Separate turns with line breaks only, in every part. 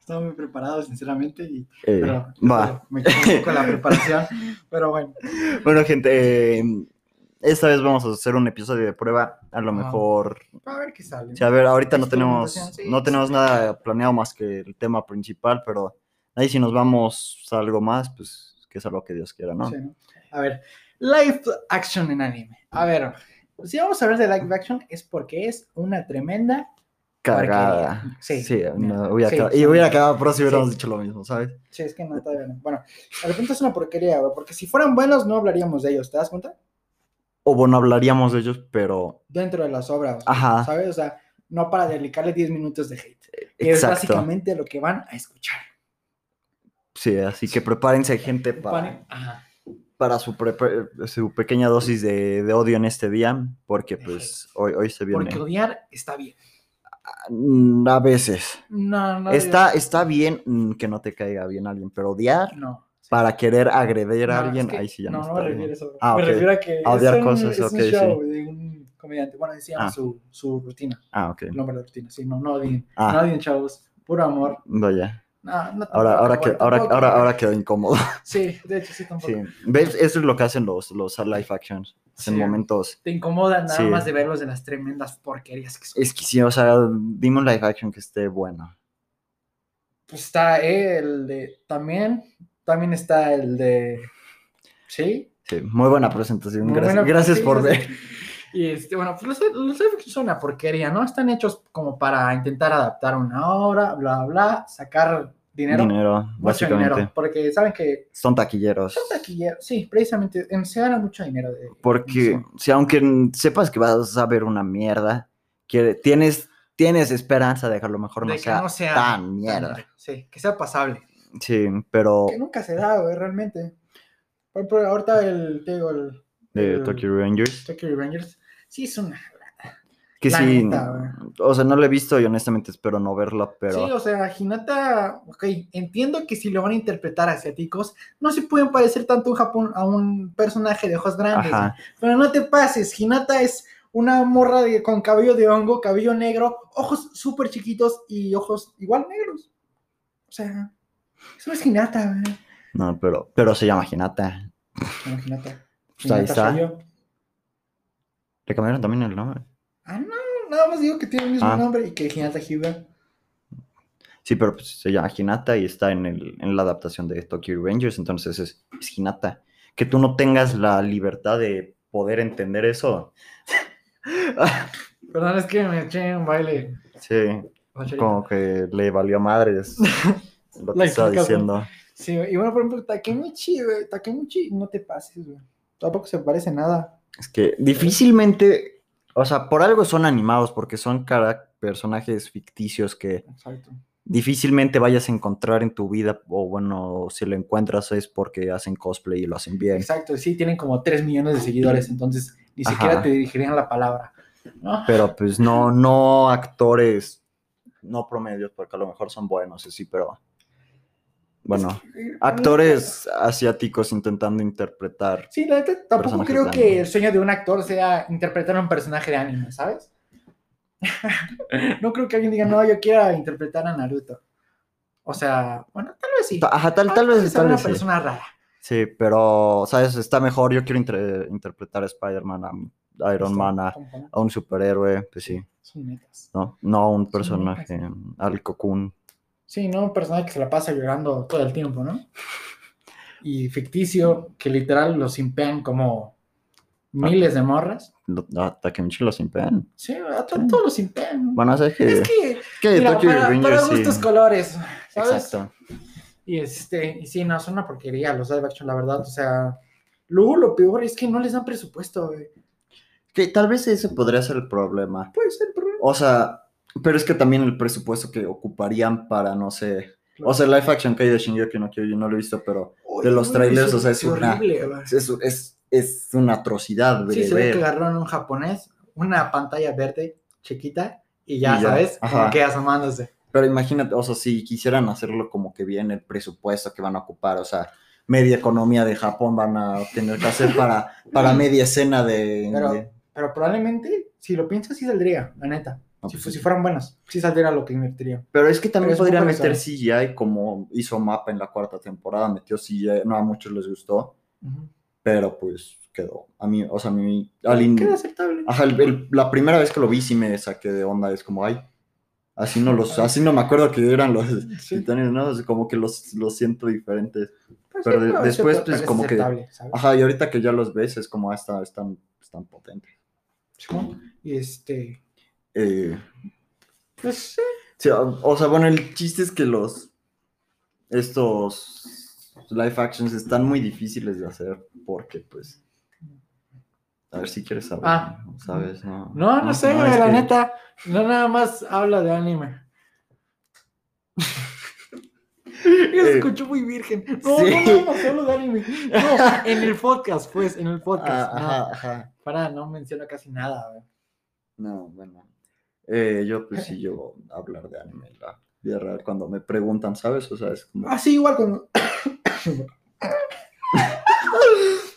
estaba muy preparado, sinceramente, y
Eh,
pero,
va.
pero me quedé un poco la preparación. Pero bueno,
Bueno, gente, eh, esta vez vamos a hacer un episodio de prueba. A lo
Ajá.
mejor.
a ver qué sale.
sí, a ver, ahorita no tenemos,
Experimentación, sí,
no
sí.
tenemos nada planeado más que el tema principal, pero ahí si nos vamos a algo más, pues que sea lo que Dios quiera, ¿no?
Sí, ¿no? A ver, live action en anime. A ver, si vamos a hablar de live action es porque es una tremenda.
Cagada.
Porquería. Sí.
no, hubiera
Sí,
quedado-
sí.
y hubiera quedado pero si hubiéramos
Sí.
dicho lo mismo, ¿sabes?
Sí, es que no, todavía no. Bueno, de repente es una porquería, güey, porque si fueran buenos no hablaríamos de ellos, ¿te das cuenta?
O bueno, hablaríamos de ellos, pero.
Dentro de las obras,
Ajá.
¿sabes? O sea, no para dedicarle 10 minutos de hate. Que es
Exacto.
básicamente lo que van a escuchar.
Sí, así que prepárense, gente, para,
Ponen- Ajá.
para su, prepe- su pequeña dosis de, de odio en este día, porque
De
pues hoy, hoy se viene.
Porque odiar está bien.
Mm, A veces.
No, no.
Está, está bien mm, que no te caiga bien alguien, pero odiar
No.
para querer agredir a
No,
alguien,
es que-
ahí sí ya
no,
no,
no
está
me
bien.
refiero a eso.
Ah,
me
ok.
refiero a que
A odiar
es un,
cosas,
es un
ok, sí.
show de un comediante. Bueno, decíamos
Ah.
su, su rutina,
Ah, ok.
el nombre de la rutina. Sí, no, no odien,
Ah.
no odien, chavos. Puro amor.
Vaya.
No, no
Ahora,
tampoco,
ahora, que,
bueno,
ahora,
tampoco.
ahora, ahora quedó incómodo.
Sí, de hecho, sí, tampoco.
Sí. ¿Ves? Eso es lo que hacen los, los live actions.
Sí.
En momentos.
Te incomoda nada
Sí.
más de verlos de las tremendas porquerías que son.
Es que sí, o sea, dime un live action que esté bueno.
Pues está el de. También, también está el de. Sí,
Sí, muy buena presentación.
Muy
gracias
buena
gracias por ver.
presentación. Y este, bueno, pues los, los live action son una porquería, ¿no? Están hechos como para intentar adaptar una obra, bla, bla, sacar dinero.
Dinero,
mucho
básicamente.
dinero. Porque saben que
Son taquilleros.
son taquilleros. Sí, precisamente en- se gana mucho dinero. de-
Porque
sí.
si aunque n- sepas que vas a ver una mierda, que tienes, tienes esperanza de que a lo mejor
De
no,
que
sea
no sea
tan mierda.
Sí, que sea pasable.
Sí, pero
Que nunca se da, güey, realmente. Por ejemplo, ahorita el, te digo, el
de
el
Tokyo Rangers,
Tokyo Revengers, sí es una...
que
la
sí,
neta, güey.
o sea, no la he visto y honestamente espero no verla,
Sí,
pero
o sea, Hinata, ok, entiendo que si lo van a interpretar asiáticos, no se pueden parecer tanto un Japón a un personaje de ojos grandes. güey.
ajá,
Pero no te pases, Hinata es una morra de- con cabello de hongo, cabello negro, ojos súper chiquitos y ojos igual negros. O sea, eso no es Hinata, güey.
no, pero pero se llama Hinata.
Bueno, Hinata.
Pues ahí
Hinata
está.
soy yo.
Le cambiaron también el nombre.
Ah, no, nada más digo que tiene el mismo
Ah.
nombre y que Hinata Hyuga.
Sí, pero pues, se llama Hinata y está en, el, en la adaptación de Tokyo Rangers, entonces es, es Hinata. Que tú no tengas la libertad de poder entender eso.
Perdón, es que me eché un baile.
sí, como que le valió madres lo que
La
estaba
explicación.
diciendo.
Sí, güey. y bueno, por ejemplo, Takemichi, güey, Takemichi, no te pases, güey. Tampoco se parece nada.
Es que difícilmente, o sea, por algo son animados, porque son cara- personajes ficticios que
Exacto.
difícilmente vayas a encontrar en tu vida, o bueno, si lo encuentras es porque hacen cosplay y lo hacen bien.
Exacto, sí, tienen como 3 millones de seguidores, entonces ni
Ajá.
siquiera te dirigirían la palabra. ¿no?
Pero pues no, no actores, no promedios, porque a lo mejor son buenos, sí, pero bueno,
eh,
actores asiáticos intentando interpretar.
Sí, la neta, tampoco
Personajes
creo
de
que
anime.
el sueño de un actor sea interpretar a un personaje de anime, ¿sabes? no creo que alguien diga, no, yo quiera interpretar a Naruto. O sea, bueno, tal vez sí.
Ajá, tal, tal
Ah, puede
vez,
ser
tal
una
vez sí.
persona rara.
Sí, pero, ¿sabes? Está mejor. Yo quiero inter- interpretar a Spider-Man, a Iron
Listo,
Man, a,
pum, pum.
a un superhéroe, pues sí,
Son metas.
¿no? No a un
Sí, nunca
personaje, al Cocoon.
Sí, ¿no? Un personaje que se la pasa llorando todo el tiempo, ¿no? Y ficticio, que literal los simpean como miles de morras.
Lo- A Takemichi lo simpean.
Sí, a to- todos los simpean.
Bueno, ¿sabes que,
es que,
que
mira,
Tokyo
para, para
Revengers sí.
gustos colores, ¿sabes?
Exacto.
Y este, y sí, no, son una porquería los live action, la verdad, o sea... Luego lo peor es que no les dan presupuesto, güey.
Que tal vez ese podría ser el problema.
Puede ser, pero...
O sea, pero es que también el presupuesto que ocuparían para, no sé. O sea, el live action que hay de Shingeki no Kyojin, no lo he visto, pero
Oye,
los
güey,
trailers,
eso
o sea, es una-
horrible, güey.
es, es, es una atrocidad de
Sí, se ve
ver.
que agarraron un japonés, una pantalla verde chiquita y ya,
Y ya,
¿sabes? Como
ajá.
que asomándose.
Pero imagínate, o sea, si quisieran hacerlo como que bien el presupuesto que van a ocupar, o sea, media economía de Japón van a tener que hacer para, para media escena de...
Pero-
de-
Pero probablemente, si lo piensas, sí saldría, la neta.
No,
si,
pues
fu-
sí.
si fueran buenas, sí saldría lo que invertiría.
Pero es que también
es
podrían
poco
meter
realizado.
CGI como hizo Mapa en la cuarta temporada, metió CGI, no a muchos les gustó,
Ujú.
pero pues quedó. A mí, o sea, a mí, al in- Ah,
Queda aceptable.
ajá, el- el- la primera vez que lo vi sí me saqué de onda, es como, ay, así no los, así no me acuerdo que eran los
Sí.
titanes, ¿no? Es como que los, los siento diferentes.
Pues
pero
sí,
de-
no, sí,
después,
pero
pues,
parece
como que-
aceptable, ¿sabes?
Ajá, y ahorita que ya los ves es como, ah, está- están, están potentes.
Simón. Y este,
Eh,
pues sí,
Sí, o o sea, bueno, el chiste es que los. Estos live actions están muy difíciles de hacer porque, pues. A ver si quieres saber.
Ah.
¿no? ¿Sabes? No,
No, no sé, güey,
es
la
que-
neta. No nada más habla de anime. Yo
Eh,
se escuchó muy virgen. No,
sí.
no nada más hablo de anime. No, en el podcast, pues, en el podcast.
Ah,
no,
ajá, ajá.
para, no menciona casi nada, güey.
No, bueno. Eh, yo, pues sí, yo hablar de anime en la vida real cuando me preguntan, ¿sabes? O sea, es como.
Ah, sí, igual cuando.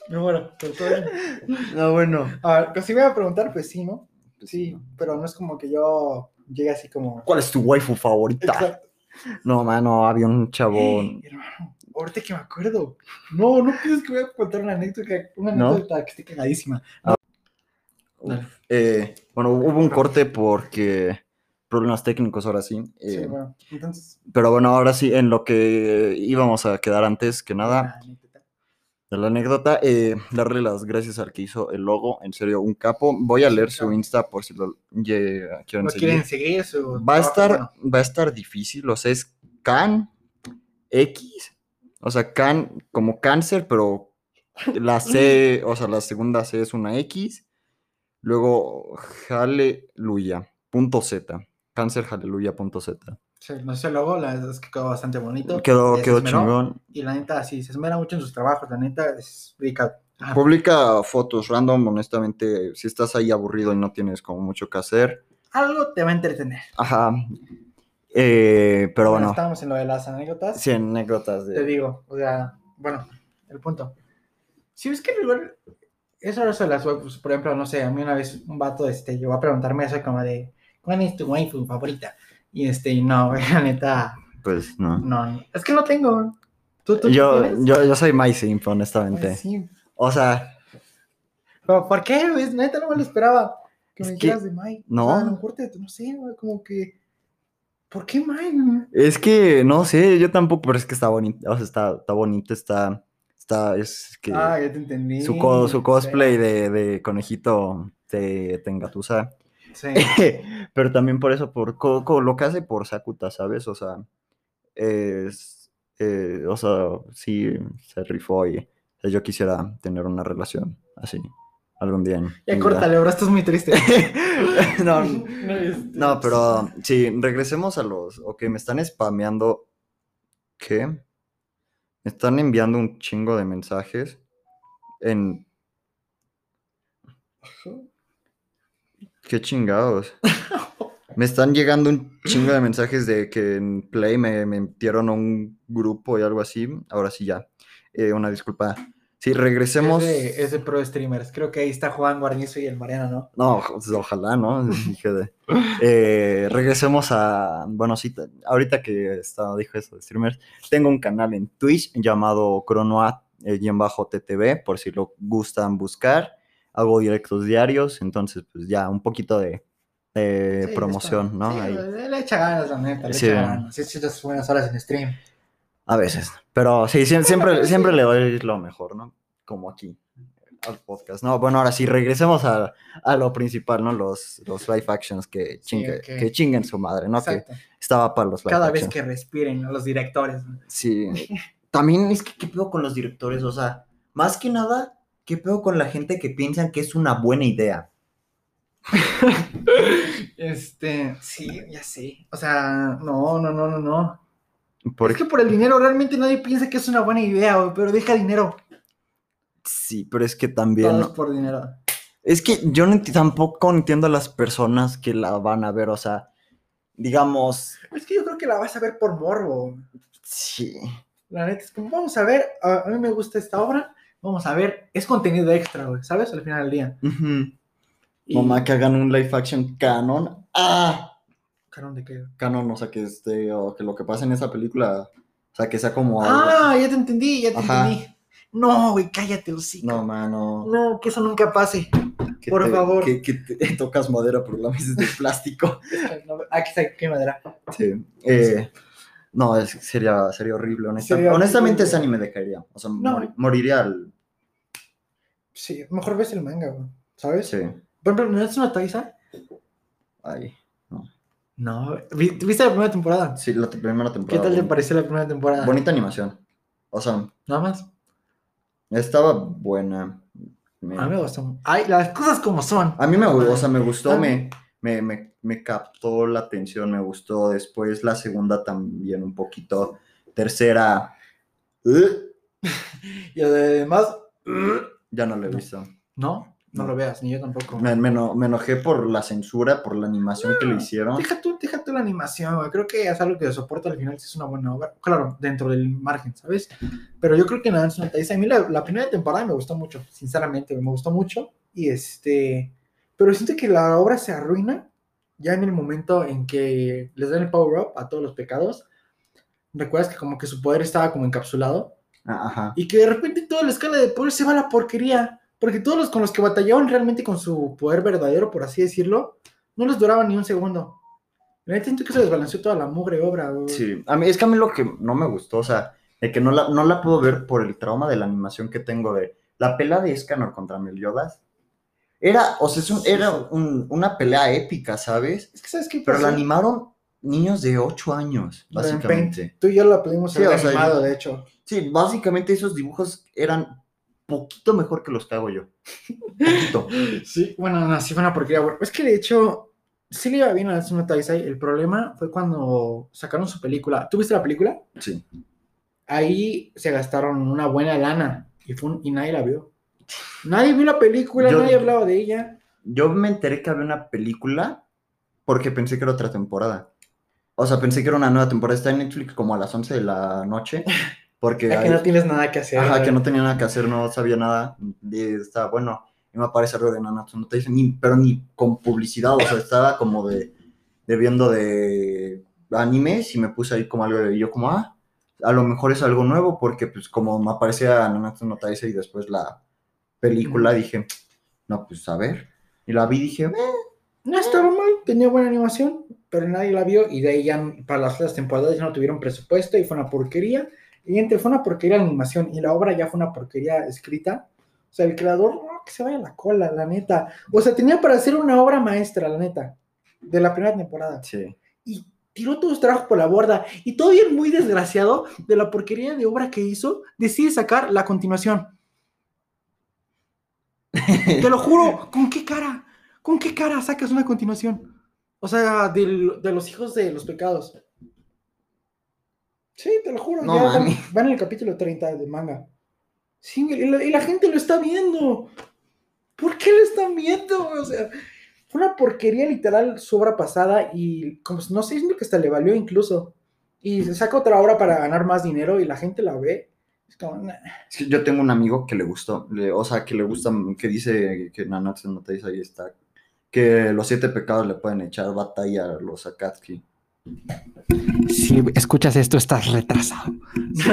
Me muero, pero todo bien.
No, bueno.
A ver, pues si voy a preguntar, pues sí, ¿no?
pues
Sí,
no.
pero no es como que yo llegue así como.
¿Cuál es tu waifu favorita?
Exacto.
No, mano, había un chabón.
Hermano, ahorita que me acuerdo. No, no pienses que voy a contar una anécdota, una
¿No?
anécdota que esté cagadísima. Dale.
Eh, bueno, hubo un corte porque problemas técnicos ahora sí. eh,
sí, bueno, entonces.
Pero bueno, ahora sí, en lo que íbamos a quedar antes que nada
una anécdota.
de la anécdota, eh, darle las gracias al que hizo el logo, en serio, un capo. Voy a leer su Insta por si lo lle- quieren
¿No
seguir.
quieren seguir eso?
Va a estar,
pues,
va a estar difícil, o sea, es can X, o sea, can como cáncer, pero la C, o sea, la segunda C es una X, luego haleluya, punto Z, cáncer haleluya, punto Z.
no sé, luego, la verdad es que quedó bastante bonito.
Quedó,
eh,
quedó
se esmeró,
chingón.
Y la neta, sí, se esmera mucho en sus trabajos, la neta, es rica. Ajá.
Publica fotos random, honestamente, si estás ahí aburrido y no tienes como mucho que hacer.
Algo te va a entretener.
Ajá. Eh, pero bueno,
Estábamos en lo de las anécdotas.
100 anécdotas de...
Te digo, o sea, bueno, el punto. Si ves que lugar, eso era eso de las waifus, por ejemplo, no sé, a mí una vez un vato este, llegó a preguntarme eso como de, ¿cuál es tu waifu favorita? Y este, y no, güey, la neta,
Pues no.
no, es que no tengo. ¿Tú, tú
Yo,
tienes?
yo, yo soy My Simp,
Pues
honestamente.
sí.
O sea,
Pero, ¿por qué? güey? neta, no me lo esperaba. Que
Es
me
que-
dijeras de Mai.
no.
O sea, a lo mejor te- no sé, güey, como que, ¿por qué Mai? no?
es que no sé, yo tampoco, pero es que está bonito. O sea, está, está bonito, está. está es que
Ah, ya te entendí.
su, co- su
Sí,
cosplay de, de conejito te, te engatusa.
Sí.
pero también por eso, por co- co- lo que hace por Sakuta, ¿sabes? O sea, es. eh, o sea, sí, se rifó y o sea, yo quisiera tener una relación así algún día. en mi
Ya
vida.
córtale, ahora estás muy triste.
no,
este,
No, pero sí, regresemos a los. Ok, me están spameando. ¿Qué? Me están enviando un chingo de mensajes. En. ¿Qué chingados? Me están llegando un chingo de mensajes de que en Play me, me metieron a un grupo y algo así. Ahora sí, ya. Eh, una disculpa. Sí, regresemos.
Es de, es de pro streamers. Creo que ahí está Juan Guarnizo y el Mariano, ¿no?
No, pues, ojalá, ¿no? Dije de- Eh, regresemos a. Bueno, sí, te- ahorita que estaba, dijo eso de streamers, tengo un canal en Twitch llamado Cronoa-TTV, por si lo gustan buscar. Hago directos diarios, entonces, pues ya un poquito de, de
Sí,
Eh, promoción,
está.
¿no?
Sí,
Ahí.
le, le echa ganas, la neta. Le
Sí.
echa ganas. Sí, sí, las buenas horas en stream.
A veces. Pero sí, sie- siempre,
sí.
siempre le doy lo mejor, ¿no? Como aquí, al podcast. No, bueno, ahora sí, regresemos a, a lo principal, ¿no? Los, los live actions que,
Sí,
chingue-
ok.
que chinguen su madre, ¿no? Que
Exacto.
estaba para los live
Cada vez
actions.
que respiren ¿no? los directores. ¿no?
Sí. También es que qué pedo con los directores, o sea, más que nada, qué pedo con la gente que piensan que es una buena idea.
Este, sí, ya sé. O sea, no, no, no, no, no.
Porque
Es que por el dinero realmente nadie piensa que es una buena idea, güey, pero deja dinero.
sí, pero es que
Todo
también
es por dinero.
Es que yo no enti- tampoco entiendo a las personas que la van a ver, o sea, digamos,
Es que yo creo que la vas a ver por morbo.
sí.
La neta es como, vamos a ver, a, a mí me gusta esta obra, vamos a ver, es contenido extra, güey, ¿sabes? Al final del día.
Ujú.
Y-
Mamá, que hagan un live action canon ¡Ah!
Canon de qué.
Canon, o sea, que, este, o que lo que pasa en esa película, o sea, que sea como algo.
Ah, ya te entendí, ya te
Ajá.
entendí. No, güey, cállate, Lucy.
No,
No,
mano.
que eso nunca pase.
que
por
te-
favor.
Que, que te- tocas madera, pero la vez de plástico.
No, Aquí está, qué madera.
Sí. eh, no, es- sería, sería horrible, honestamente.
Sería
honestamente,
horrible.
ese anime decaería. O sea,
No.
mori- moriría al.
Sí, mejor ves el manga, güey. ¿Sabes?
Sí.
Por ejemplo, ¿no es una Taisa?
Ay.
No. ¿vi- ¿Viste la primera temporada?
Sí, la te- primera
¿Qué
temporada.
tal te
bon-
pareció la primera temporada?
Bonita animación. O sea,
Nada más.
estaba buena. Me-
A mí me gustó. Ay, las cosas como son.
A mí me gustó, o sea, me gustó,
Ah.
me, me, me, me captó la atención, me gustó. Después la segunda también un poquito. Tercera, ¡eh!
Y además,
ya no la he
No.
visto.
no, no
No.
lo veas, ni yo tampoco.
Me, me eno- me enojé por la censura, por la animación
Ah.
que le hicieron.
Deja tú, deja tú la animación, güey. Creo que es algo que soporta al final, si es una buena obra. Claro, dentro del margen, ¿sabes? Pero yo creo que nada, es una taiza. A mí la, la primera temporada me gustó mucho, sinceramente, me gustó mucho. Y este. Pero siento que la obra se arruina ya en el momento en que les dan el power up a todos los pecados. ¿Recuerdas que como que su poder estaba como encapsulado?
Ah, Ajá.
y que de repente toda la escala de poder se va a la porquería. Porque todos los con los que batallaban realmente con su poder verdadero, por así decirlo, no les duraba ni un segundo. La neta siento que se desbalanceó toda la mugre obra, güey.
Sí, a mí, es que a mí lo que no me gustó, o sea, de que no la, no la puedo ver por el trauma de la animación que tengo de la pelea de Escanor contra Meliodas. Era, o sea, es un-
Sí,
era
sí.
un- una pelea épica, ¿sabes?
Es que sabes qué
Pero la
pasa?
animaron niños de 8 años,
Pero en
básicamente.
Tú y yo la pudimos
Sí,
haber
o sea,
animado,
yo-
de hecho.
Sí, básicamente esos dibujos eran poquito mejor que los que hago yo. Poquito.
Sí, bueno, no, sí fue una porquería. güey. Es que de hecho, sí le iba bien a Natsume Taisai. El problema fue cuando sacaron su película. ¿Tú viste la película?
Sí.
Ahí se gastaron una buena lana y, fue un- y nadie la vio. Nadie vio la película,
Yo-
nadie hablaba de ella.
Yo me enteré que había una película porque pensé que era otra temporada. O sea, pensé que era una nueva temporada. Está en Netflix como a las 11 de la noche. Porque
Es que
ahí-
no tienes nada que hacer.
Ajá, que no tenía nada que hacer, no sabía nada. de- estaba bueno. Y me aparece algo de Nanatsu no Taizai, ni- pero ni con publicidad, o sea, estaba como de, de viendo de animes y me puse ahí como algo de. y yo, como, ah, a lo mejor es algo nuevo, porque pues como me aparecía Nanatsu no Taizai y después la película, dije, no, pues a ver. Y la vi y dije, "Eh,
No estaba mal, tenía buena animación, pero nadie la vio y de ahí ya para las otras temporadas ya no tuvieron presupuesto y fue una porquería. Y entre fue una porquería la animación y la obra ya fue una porquería escrita. O sea, el creador, no, que se vaya a la cola, la neta. O sea, tenía para hacer una obra maestra, la neta, de la primera temporada.
sí.
Y tiró todos los trabajos por la borda. Y todavía el muy desgraciado de la porquería de obra que hizo, decide sacar la continuación. Te lo juro, ¿con qué cara? ¿Con qué cara sacas una continuación? O sea, del- de los hijos de los pecados. Sí, te lo juro.
No
ya van,
mami.
van en el capítulo 30 de manga. Sí, y la, y la gente lo está viendo. ¿Por qué lo están viendo? güey? O sea, fue una porquería literal su obra pasada y como no sé, siento que hasta le valió incluso. Y se saca otra obra para ganar más dinero y la gente la ve. Es como, nah.
Es que yo tengo un amigo que le gustó, le- o sea, que le gusta, que dice que Nanatsu no Taizai ahí está, que los siete pecados le pueden echar batalla a los Akatsuki.
Si escuchas esto, estás retrasado.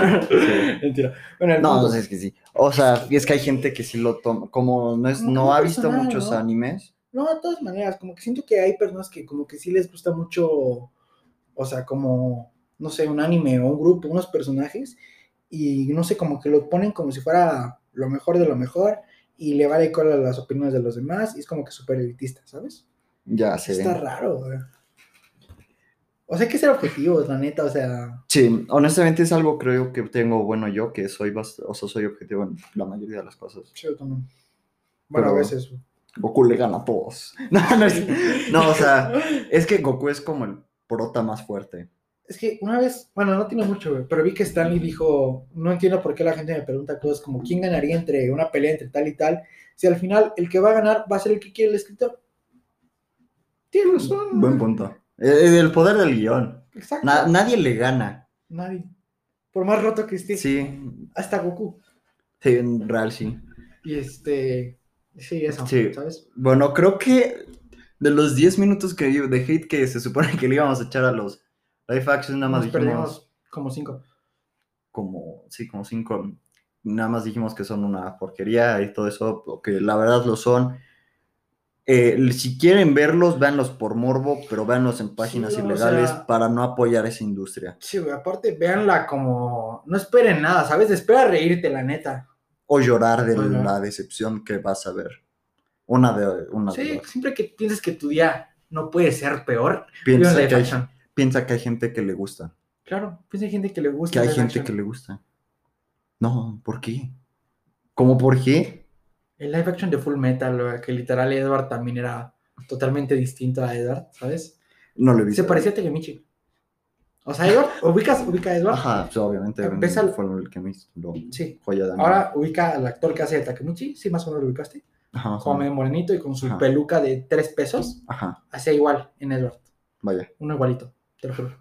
Mentira. Bueno, el
No,
punto-
pues es que sí. O sea, es que hay gente que sí lo toma, como no, es,
Como
no
que
ha
no
visto
personal,
muchos
¿no?
animes.
No, de todas maneras, como que siento que hay personas que como que sí les gusta mucho, o sea, como, no sé, un anime o un grupo, unos personajes, y no sé, como que lo ponen como si fuera lo mejor de lo mejor, y le vale cola a las opiniones de los demás, y es como que súper elitista, ¿sabes?
Ya sé.
Está raro, güey. O sea, que es el objetivo, la neta, o sea,
Sí, honestamente es algo creo que tengo bueno yo, que soy bast- o sea, soy objetivo en la mayoría de las cosas.
sí, yo también. Bueno,
Pero-
a veces. güey.
Goku le gana a todos. No, no, es- no, o sea, es que Goku es como el prota más fuerte.
Es que una vez, bueno, no tiene mucho, güey, pero vi que Stanley dijo, no entiendo por qué la gente me pregunta cosas como, ¿quién ganaría entre una pelea entre tal y tal? Si al final el que va a ganar va a ser el que quiere el escritor. Tienes razón.
Buen punto. Eh, El poder del guión.
Exacto.
Na- nadie le gana.
Nadie. Por más roto que esté,
Sí,
hasta Goku.
sí, en real sí.
Y este, sí, eso,
Sí.
¿sabes?
Bueno, creo que de los 10 minutos que yo- de hate que se supone que le íbamos a echar a los live action, nada más
Nos
dijimos
perdimos como cinco.
como, sí, como 5. Nada más dijimos que son una porquería y todo eso, o que la verdad lo son. Eh, si quieren verlos, véanlos por morbo, pero véanlos en páginas
o
ilegales
sea-
para no apoyar esa industria.
Sí, güey, aparte, véanla como. No esperen nada, ¿sabes? Espera reírte, la neta.
O llorar de
Ajá.
la decepción que vas a ver. Una de una de
Sí,
dos.
siempre que pienses que tu día no puede ser peor, ve un
Piensa
live
que, hay,
action.
piensa que hay gente que le gusta.
Claro, piensa hay gente que le gusta.
Que hay
el live
gente que
action.
le gusta. No, ¿por qué? ¿Cómo por qué?
El live action de Full Metal, güey, que literal Edward también era totalmente distinto a Edward, ¿sabes?
No lo he visto.
Se parecía a Tegemichi. O sea, Edward, ubicas, ubica a Edward.
Ajá, pues, obviamente.
Empieza
un-
el-
Fue el que me hizo. lo-
Sí.
Joya de anime.
Ahora ubica al actor que hace de Takemichi, sí, más o menos lo ubicaste.
Ajá, ajá.
Como medio morenito y con su
Ajá.
peluca de tres pesos,
Ajá,
hacía igual en Edward.
vaya.
Uno igualito, te lo juro.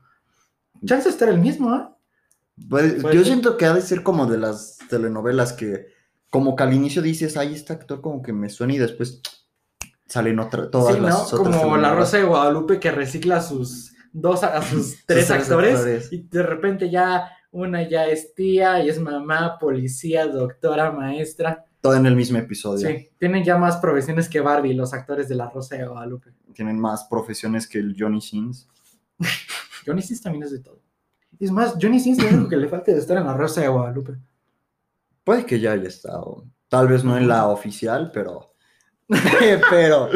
Chance de estar el mismo, ¿ah?
Pues,
Pues
yo
sí.
siento que ha de ser como de las telenovelas que, como que al inicio dices, ay, este actor como que me suena y después salen otra, todas
Sí,
las
¿no?
otras.
Como la
telenovelas.
Rosa de Guadalupe que recicla a sus dos, a sus tres
tres
actores,
actores.
y de repente ya una ya es tía y es mamá, policía, doctora, maestra.
Todo en el mismo episodio.
Sí, tienen ya más profesiones que Barbie los actores de la Rosa de Guadalupe.
Tienen más profesiones que el Johnny Sins.
Johnny Sins también es de todo. Es más, Johnny Sins es lo único que le falta de estar en la Rosa de Guadalupe.
Puede que ya haya estado. Tal vez no en la oficial, pero. pero.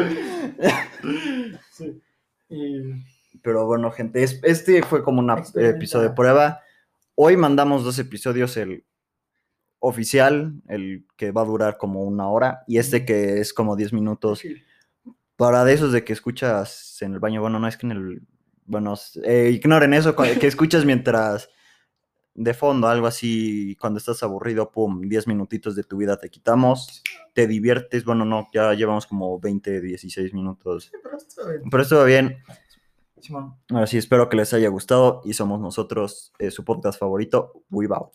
Sí. Y-
Pero bueno, gente, es- este fue como un
Experimenta.
episodio de prueba. Hoy mandamos dos episodios, el oficial, el que va a durar como una hora, y este que es como 10 minutos. Para de esos de que escuchas en el baño, bueno, no es que en el... Bueno, s- eh, ignoren eso, cu- que escuchas mientras de fondo, algo así, cuando estás aburrido, pum, 10 minutitos de tu vida te quitamos, te diviertes, bueno, no, ya llevamos como 20, 16 minutos.
Pero está bien.
Pero estuvo bien,
Simón.
Ahora sí, espero que les haya gustado y somos nosotros eh, su podcast favorito, Weebout.